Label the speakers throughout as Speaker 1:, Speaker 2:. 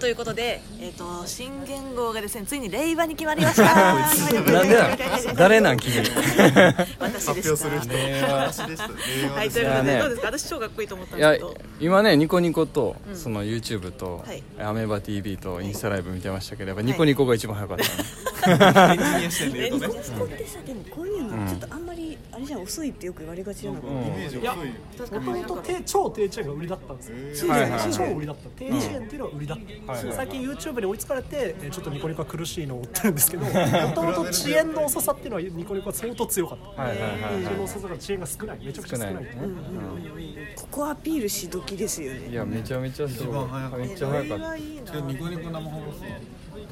Speaker 1: ということで、えっ、と新元号がですねついに令和に決まりました。なん
Speaker 2: でな の誰なん君
Speaker 1: 私で
Speaker 3: 発表
Speaker 1: し
Speaker 3: する
Speaker 1: た
Speaker 3: 人。
Speaker 2: 令和
Speaker 3: 私でしたね
Speaker 1: はいということ
Speaker 2: いや
Speaker 1: で
Speaker 2: ね
Speaker 1: どうですか私超かっこいいと思ったん
Speaker 2: い
Speaker 1: です
Speaker 2: や
Speaker 1: けど。
Speaker 2: 今ねニコニコと、
Speaker 1: うん
Speaker 2: その YouTube と、
Speaker 1: はい
Speaker 2: アメーバ TV とインスタライブ見てましたけどやっぱニコニコが一番早かったね、
Speaker 3: 何をしてんだよ
Speaker 1: え
Speaker 3: これ
Speaker 1: ー
Speaker 4: そこってさでもこういうのちょっとあんまりあれじゃん遅いってよく言われがちなの
Speaker 2: うん
Speaker 3: イメージ
Speaker 5: いや
Speaker 3: 遅いよ
Speaker 5: もともと低超低遅延が売りだったんですよ、
Speaker 2: へー
Speaker 5: 低遅延が
Speaker 2: はいはい
Speaker 5: 超売りだった低遅延っていうのは売りだった、
Speaker 2: はいはい
Speaker 5: 最近 YouTube に追いつかれてえーちょっとニコニコは苦しいのを追ってるんです けどもともと遅延の遅さっていうのはニコニコは相当強かった、
Speaker 2: はいはいはい
Speaker 5: 遅延の
Speaker 2: は
Speaker 5: 遅さが遅延が少ないめちゃくち
Speaker 2: 少
Speaker 5: ゃ少
Speaker 2: な
Speaker 5: ないい
Speaker 2: よね、
Speaker 4: ここアピールし時ですよ
Speaker 2: うんい
Speaker 4: ね
Speaker 2: やめちゃめちゃすご
Speaker 3: 一番早かっ
Speaker 2: い
Speaker 3: た
Speaker 2: めっちゃ早かった
Speaker 1: いいな。
Speaker 3: ニコニコ生放送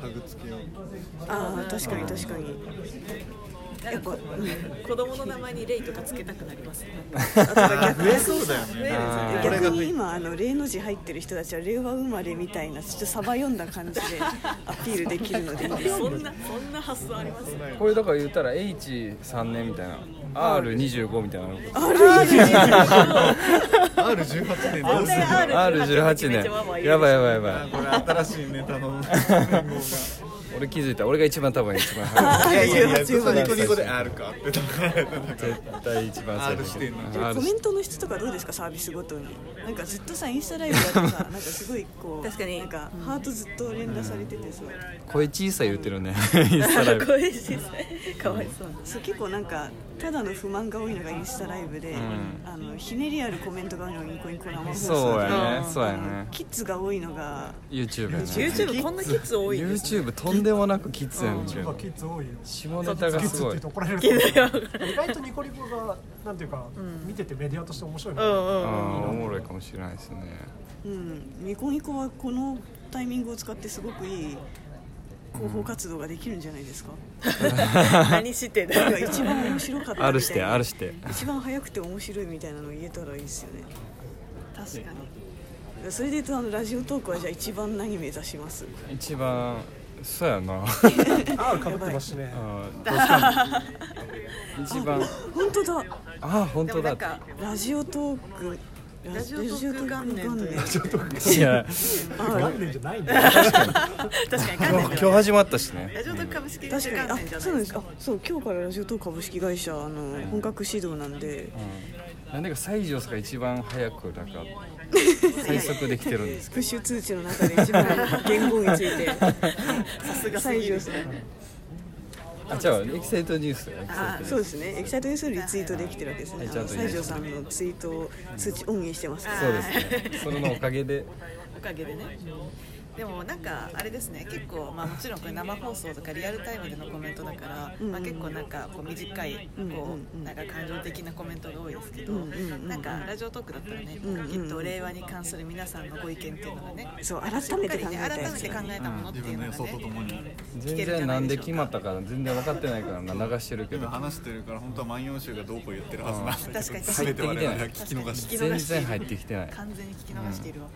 Speaker 3: タグ付けを
Speaker 4: ああ確かに確かにやっぱ、うん、
Speaker 1: 子供の名前にレイとかつけたくなりますね。
Speaker 3: 増えそうだよね
Speaker 2: あ
Speaker 3: これ
Speaker 4: 逆
Speaker 3: が
Speaker 4: に今あの霊の字入ってる人たちは令和生まれみたいなちょっとサバ読んだ感じでアピールできるのでいいです
Speaker 1: そんなそんな発想あります。
Speaker 2: ーこれだから言ったら H3 年みたいな R25 みたいなのこと
Speaker 3: R18 年どうする
Speaker 2: R18 年やばいやばいやばい
Speaker 3: これ新しいネタの
Speaker 2: 俺気づいた俺が一番多分一番早い
Speaker 3: いやいやいや
Speaker 4: 18
Speaker 3: ずっとニコニコで R かって
Speaker 2: 絶対一番最
Speaker 3: R してんの
Speaker 4: コメントの質とかどうですかサービスごとになんかずっとさインスタライブだとさなんかすごいこう
Speaker 1: 確かに
Speaker 4: なんかハートずっと連打されててさ、
Speaker 2: 声小さい言ってるね インスタ ライブ
Speaker 1: ごめんなさいかわいそうな。
Speaker 4: そう結構なんかただの不満が多いのがインスタライブで、
Speaker 2: ん
Speaker 4: あのひねりあるコメントが多いのがニコニコ生放送
Speaker 2: そうやね
Speaker 4: で
Speaker 2: そうやね
Speaker 4: キッズが多いのが
Speaker 2: YouTube やね
Speaker 1: YouTube こんなキッズ多いです。
Speaker 2: YouTube とんでもなくキッズやねんけ
Speaker 5: 今
Speaker 2: ど
Speaker 5: キッズ多いよ
Speaker 2: 下ネタが
Speaker 5: キッ
Speaker 2: す
Speaker 5: ズって
Speaker 2: ご
Speaker 5: 言う
Speaker 2: い
Speaker 5: と怒られると思う意外とニコニコがなんていうか、見ててメディアとして面白いな、
Speaker 2: あーおもろいかもしれないですね
Speaker 4: うんニコニコはこのタイミングを使ってすごくいい広報活動ができるんじゃない ですか、
Speaker 1: 何して
Speaker 4: なん
Speaker 1: だ
Speaker 4: か一番面白かったみたいな
Speaker 2: R して、R して
Speaker 4: 一番早くて面白いみたいなの言えたらいいですよね
Speaker 1: 確かに。
Speaker 4: それで言うとあのラジオトークはじゃあ一番何目指します
Speaker 2: 一番そ うやな
Speaker 5: R かぶってますしね
Speaker 2: あー確かに一番
Speaker 4: 本当だ
Speaker 2: ああ本
Speaker 1: で
Speaker 2: 当
Speaker 1: もな
Speaker 2: だ
Speaker 1: んか
Speaker 4: ラジオトークラ
Speaker 1: ラジオトーク元年という
Speaker 4: ラジオトーク元
Speaker 2: いや
Speaker 5: 元年じゃないん だよ
Speaker 1: 確かに元
Speaker 2: 今
Speaker 1: 年
Speaker 2: 日始まったしね
Speaker 1: ラジオ特株式会
Speaker 4: 年確
Speaker 1: 社
Speaker 4: か
Speaker 1: 関
Speaker 4: に
Speaker 1: 連じ
Speaker 4: あ
Speaker 1: ゃ
Speaker 4: そ
Speaker 1: な
Speaker 4: う
Speaker 1: いで
Speaker 4: なんですすあそう今日からラジオトーク株式会社あの本格始動なんで
Speaker 2: うんなんでか西条さんが一番早くな んか最速できてるんです
Speaker 4: プッシュ通知の中で一番言語についてさすが西条さん
Speaker 2: あじゃあエキサイトニュースエキサイト
Speaker 4: そうですねエキサイトニュースをリツイートできてるわけですね
Speaker 2: はい
Speaker 4: あ
Speaker 2: ちゃ
Speaker 4: の
Speaker 2: んとね
Speaker 4: 西条さんのツイートを通知オンにしてます
Speaker 2: そうですねそれのおか げで
Speaker 1: おかげでねでもなんかあれですね結構まあもちろんこれ生放送とかリアルタイムでのコメントだから、
Speaker 4: んうん
Speaker 1: まあ、結構なんかこう短い
Speaker 4: うんうん
Speaker 1: こ
Speaker 4: う
Speaker 1: うんなんか感情的なコメントが多いですけど、
Speaker 4: うんうんうん
Speaker 1: なんかラジオトークだったらね、
Speaker 4: うんうん
Speaker 1: きっと令和に関する皆さんのご意見っていうのがね
Speaker 4: そう改めて考
Speaker 1: しっか
Speaker 4: えた
Speaker 1: りね
Speaker 4: や
Speaker 1: 改め
Speaker 4: つ
Speaker 1: て考えたものって
Speaker 3: 自
Speaker 1: いうの
Speaker 3: 分の予
Speaker 1: が
Speaker 3: 想とと
Speaker 1: ね
Speaker 3: もに
Speaker 2: 全然なんで決まったか全然分かってないからな流してるけ
Speaker 3: 今
Speaker 2: ど
Speaker 3: 話してるから本当は万葉集がどうこう言ってるはずなんだけど
Speaker 1: 確かに
Speaker 3: 全て我々が聞き逃して
Speaker 1: 聞き逃
Speaker 2: 全
Speaker 1: して
Speaker 2: 然入ってきてない
Speaker 1: 完全に聞き逃しているわ、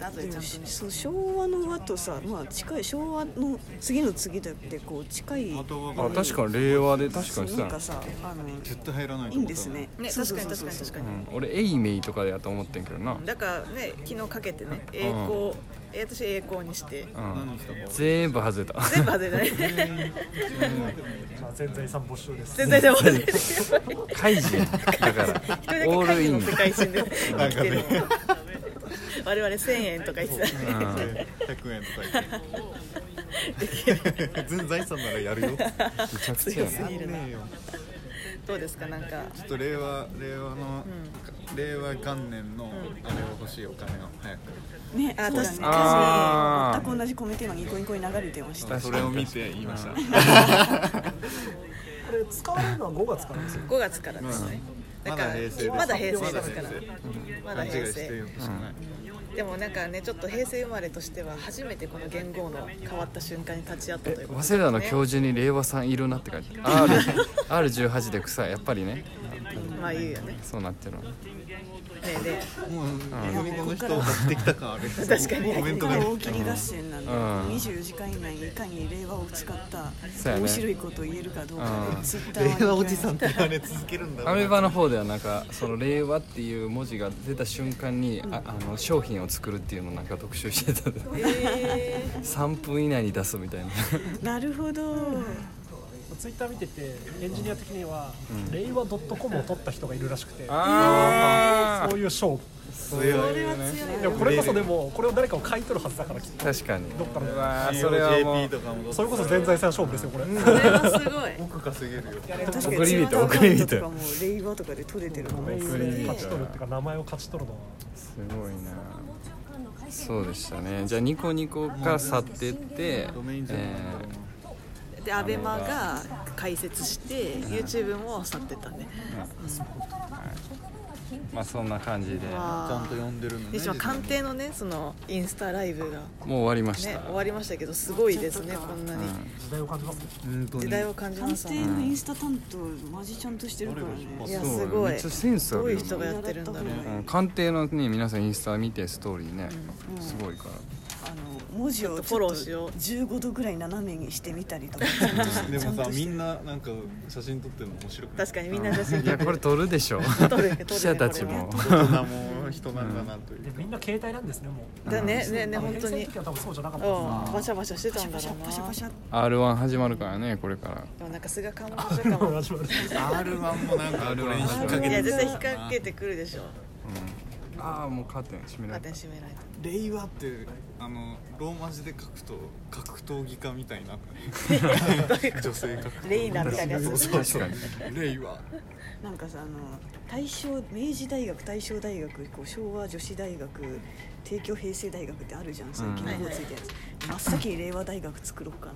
Speaker 1: あとでちゃんとね
Speaker 4: そう昭和の和とさ、まあ、近い昭和の次の次だってこう近い
Speaker 3: あと
Speaker 2: あ
Speaker 3: は
Speaker 2: 確かに令和で確か
Speaker 4: そう
Speaker 2: にして
Speaker 4: な
Speaker 2: た
Speaker 4: ん
Speaker 2: な
Speaker 4: かさあのい
Speaker 3: 絶対入らないと思った
Speaker 4: いんですね
Speaker 1: ね
Speaker 4: そう
Speaker 1: 確
Speaker 4: そう
Speaker 1: かに
Speaker 4: そう
Speaker 1: 確
Speaker 4: そ
Speaker 1: か
Speaker 4: う
Speaker 1: に確かに、
Speaker 2: うん俺エイメイとかでやと思ってんけどな
Speaker 1: だからね昨日かけてね栄光、え私栄光にして
Speaker 2: うん
Speaker 3: 何したか
Speaker 2: 全部外れた
Speaker 1: 全部外れ たね
Speaker 5: じゃあ全財産没収です
Speaker 1: 全然でもね
Speaker 2: カイジやだからオールイン
Speaker 1: の世界新で
Speaker 3: な
Speaker 1: 生
Speaker 3: ん
Speaker 1: き
Speaker 3: か
Speaker 1: てる
Speaker 3: ね
Speaker 1: 我々1000円とか言ってたね
Speaker 3: 100円とか言 って全財産ならやるよ
Speaker 2: めちゃくちゃ
Speaker 1: 強
Speaker 2: や
Speaker 1: すぎるな
Speaker 3: ねえよ
Speaker 1: どうですかなんか
Speaker 3: ちょっと令和令和の、令和元年のあれを欲しいお金を早く
Speaker 4: ねあ確
Speaker 2: あー
Speaker 4: かに全く同じコメント今ニコニコに流れてました
Speaker 2: 確かに
Speaker 3: それを見て言いました
Speaker 5: これ使われるのは5月からですよ
Speaker 1: 5月からですねだ
Speaker 3: ま
Speaker 1: から
Speaker 3: だ平成です
Speaker 1: まだ平成ですからま
Speaker 3: ま
Speaker 1: だ
Speaker 3: だ平成
Speaker 1: 平
Speaker 3: 勘違いして
Speaker 1: 成
Speaker 3: ほしくない、
Speaker 1: でもなんかねちょっと平成生まれとしては初めてこの元号の変わった瞬間に立ち会ったということ
Speaker 2: 早稲田の教授に令和さんいるなって書いてある R18 で臭いやっぱりね
Speaker 1: まあ言うよね
Speaker 2: そうなってるの
Speaker 1: 例で
Speaker 3: もう
Speaker 4: ん
Speaker 3: 読み子の人を買ってきたかあれ
Speaker 1: 確かに
Speaker 3: コメン
Speaker 4: こ
Speaker 3: トが
Speaker 4: こから
Speaker 3: ね
Speaker 4: 大喜利合戦なんで、
Speaker 2: うん
Speaker 4: 24時間以内にいかに令和を使った
Speaker 2: そうやね
Speaker 4: 面白いことを言えるかどうか
Speaker 2: う
Speaker 4: で
Speaker 2: ん
Speaker 4: ツイッターは
Speaker 3: 令和おじさんって言われ続けるんだ
Speaker 2: ア
Speaker 3: ろう
Speaker 2: メ
Speaker 3: な
Speaker 2: バの方ではなんかその令和っていう文字が出た瞬間に、ああの商品を作るっていうのをなんか特集してたんで
Speaker 1: え
Speaker 2: 3分以内に出すみたいな
Speaker 4: なるほど
Speaker 5: ツイッター見ててエンジニア的には、令和 .com を取った人がいるらしくて
Speaker 2: あ
Speaker 5: そういう賞
Speaker 2: そういう
Speaker 1: それは強い
Speaker 5: いやこれこそでもこれを誰かを買い取るはずだからきっと
Speaker 2: 確かに
Speaker 5: どっか
Speaker 2: う
Speaker 5: の
Speaker 2: わーそれはも
Speaker 3: COJP
Speaker 2: う
Speaker 3: とかも
Speaker 5: それこそ全財産勝負ですよこれ、
Speaker 1: それはすごい
Speaker 3: 僕稼げるよ
Speaker 4: 確か
Speaker 2: 送り人
Speaker 4: にツイッターアカウントとかも令和とかで取れてるの
Speaker 5: 名
Speaker 4: ね
Speaker 5: 誉で勝ち取るっていうか名前を勝ち取るのは
Speaker 2: すごいなそうでしたねじゃあニコニコが去ってって
Speaker 3: ドメインじゃない
Speaker 2: え
Speaker 1: でアベマが解説して YouTube も去ってたね
Speaker 2: ーまあそんな感じで
Speaker 3: ちゃん
Speaker 1: あ
Speaker 3: と読んでるのね
Speaker 1: でしかも官邸のねそのインスタライブが
Speaker 2: もう終わりました、
Speaker 1: ね終わりましたけどすごいですねこんなに
Speaker 5: 時代を感じますね
Speaker 3: 本当
Speaker 1: 時
Speaker 3: に
Speaker 1: 代を感じま
Speaker 4: 探
Speaker 1: す
Speaker 4: 偵のインスタ担当マジちゃんとしてるからね
Speaker 1: いや
Speaker 2: そう
Speaker 1: すごい
Speaker 2: めっちゃセンスあ
Speaker 1: どう
Speaker 2: る
Speaker 1: いう
Speaker 2: よ
Speaker 1: 人が
Speaker 2: ね
Speaker 1: やってるんだろう
Speaker 2: うん官邸のね皆さんインスタ見てストーリーね、すごいから
Speaker 4: あの文字を
Speaker 1: フォローしよう
Speaker 4: 15度ぐらい斜めにしてみたり とかちゃんとして
Speaker 3: で
Speaker 4: ちゃん
Speaker 3: も
Speaker 4: と
Speaker 3: さ
Speaker 4: して
Speaker 3: みんななんか写真撮ってるの面白くない
Speaker 1: 確かにみんな写真
Speaker 2: いやこれ撮るでしょ
Speaker 1: 撮るよ撮るよ
Speaker 2: 記者たちも
Speaker 1: こ
Speaker 3: 大人も人なんだなと いう
Speaker 5: でみんな携帯なんですねもう
Speaker 1: だねねね
Speaker 5: あの
Speaker 1: 本当に
Speaker 5: 平成の時は多分そうじゃなかったです
Speaker 1: うんバシャバシャしてたんだ
Speaker 4: パシ
Speaker 1: ろ
Speaker 4: ャ
Speaker 1: うな
Speaker 4: パシャパシャ
Speaker 2: R1 始まるからねこれから
Speaker 1: でもなんか菅官もバシャかも
Speaker 5: 始まる
Speaker 3: R1 もなんかこれに引っ掛け
Speaker 1: い
Speaker 3: て
Speaker 1: や絶対引っ掛けてくるでしょ
Speaker 2: ああもうカーテン閉めら
Speaker 1: カー
Speaker 2: れ
Speaker 1: テ
Speaker 2: た
Speaker 1: ン閉めないと
Speaker 3: レイワってあのローマ字で書くと格闘技家みた いな女性格闘技
Speaker 1: レイナみたいなやつ
Speaker 3: そうそう
Speaker 2: 確か
Speaker 3: レイワ
Speaker 4: なんかさあの大正明治大学大正大学こう昭和女子大学帝京平成大学ってあるじゃん最近の方ついたやつ、真っ先に令和大学作ろうか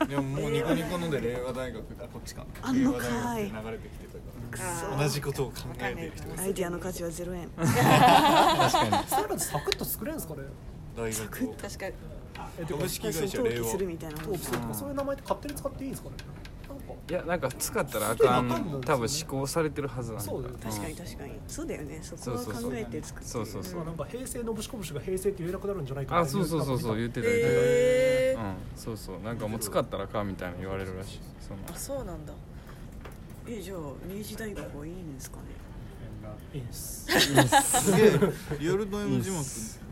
Speaker 4: な
Speaker 3: でももうニコニコので令和大学がこっちか
Speaker 4: あ
Speaker 3: なん令
Speaker 4: の
Speaker 3: 和
Speaker 4: か
Speaker 3: 大
Speaker 4: い
Speaker 3: 学って流れてきてた
Speaker 1: あ
Speaker 3: か
Speaker 1: ー
Speaker 3: ら同じことを考えてる人
Speaker 4: アイディアの価値は0円
Speaker 2: 確かに
Speaker 5: そういうのってサクッと作れるんですかね
Speaker 3: 大学を
Speaker 1: 確かに
Speaker 5: えてか
Speaker 3: 株式
Speaker 4: そ
Speaker 3: 会
Speaker 4: う
Speaker 3: 社
Speaker 4: 登
Speaker 3: 令
Speaker 4: 記
Speaker 3: 和
Speaker 4: するみたいなもん
Speaker 5: そうそうそういう名前って勝手に使っていいんですかねなんか
Speaker 2: いやなんか使ったらあか
Speaker 5: わかんないですよ
Speaker 2: ん
Speaker 5: ね
Speaker 2: 多分施行されてるはずなんだ
Speaker 5: そうだよね
Speaker 4: 確かに確かにそうだよねそこ
Speaker 2: そう
Speaker 4: は
Speaker 2: そう
Speaker 4: 考
Speaker 2: そう
Speaker 4: えて作ってる
Speaker 2: そうそうそう
Speaker 5: まあなんか平成のぶしこぶしが平成って言えなくなるんじゃないか
Speaker 2: あそうそうそうそう言ってた言ってた、
Speaker 1: えー
Speaker 2: うんそうそうなんかもう使ったらあかんみたいな言われるらしいその
Speaker 1: あそうなんだ
Speaker 4: えじゃあ明治大学はいいんですかね
Speaker 5: いいんです
Speaker 3: すげえリアルタイム字幕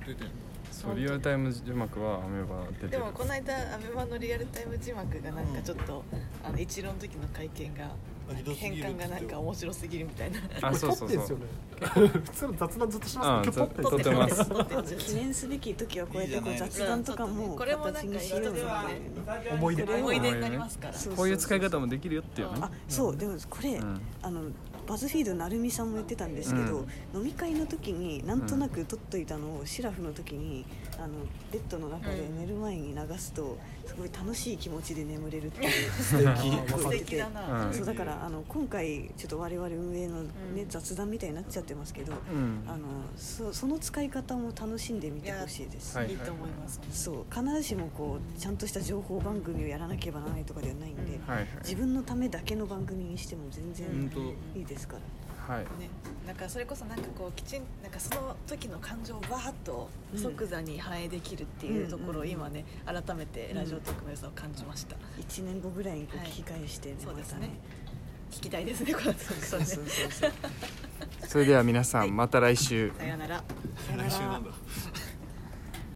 Speaker 3: 出てんの
Speaker 2: そうリアルタイム字幕はアメーバ出てる
Speaker 1: でもこの間アベマのリアルタイム字幕がなんかちょっと、あの一論の時の会見が
Speaker 3: あひど す
Speaker 1: 変
Speaker 3: ぎるって
Speaker 1: 換がなんか面白すぎるみたいな
Speaker 2: あそう
Speaker 5: 撮
Speaker 2: そ
Speaker 5: っ
Speaker 2: う
Speaker 5: て
Speaker 2: そ
Speaker 5: んですよ
Speaker 2: う
Speaker 5: ね 普通の雑談ずっとしますけど
Speaker 2: うん
Speaker 5: 今日撮って
Speaker 2: 撮ってます
Speaker 4: 記念すべき時はこうやってこ
Speaker 3: いいうじゃないです
Speaker 4: 雑
Speaker 3: か
Speaker 4: 談とかも
Speaker 1: これもなん
Speaker 4: 形
Speaker 1: か
Speaker 4: にしようよみたいな
Speaker 5: 思い出
Speaker 1: 思い出になりますから
Speaker 4: そう
Speaker 2: こういう使い方もできるよっていうね
Speaker 4: あそうでもこれ、
Speaker 2: ん
Speaker 4: あのバズフィードのアルミさんも言ってたんですけど、飲み会の時になんとなく取っといたのをシラフの時にあのベッドの中で寝る前に流すとすごい楽しい気持ちで眠れるっていう素
Speaker 1: 素敵だな、
Speaker 2: うん
Speaker 4: そうだからあの今回ちょっと我々運営の、ね雑談みたいになっちゃってますけど、
Speaker 2: うん
Speaker 4: あのそその使い方も楽しんでみてほしいです。
Speaker 2: はい
Speaker 1: いいと思います
Speaker 4: そう必ずしもこうちゃんとした情報番組をやらなければならないとかではないんで、
Speaker 2: はいはい
Speaker 4: 自分のためだけの番組にしても全然
Speaker 3: 本
Speaker 4: いいですから、
Speaker 2: はい
Speaker 1: ね、なんかそれこそなんかこうきちんなんかその時の感情をわーっと即座に反映できるっていうところを今ね改めてラジオトークの良さを感じました、
Speaker 4: 1年後ぐらいにこう
Speaker 1: はい
Speaker 4: 聞き返してね、
Speaker 1: そうです
Speaker 4: また
Speaker 1: ね聞きたいですねこのトークはね
Speaker 4: そうそうそう
Speaker 2: それでは皆さんまた来週
Speaker 1: さようなら
Speaker 3: 当来週なんだ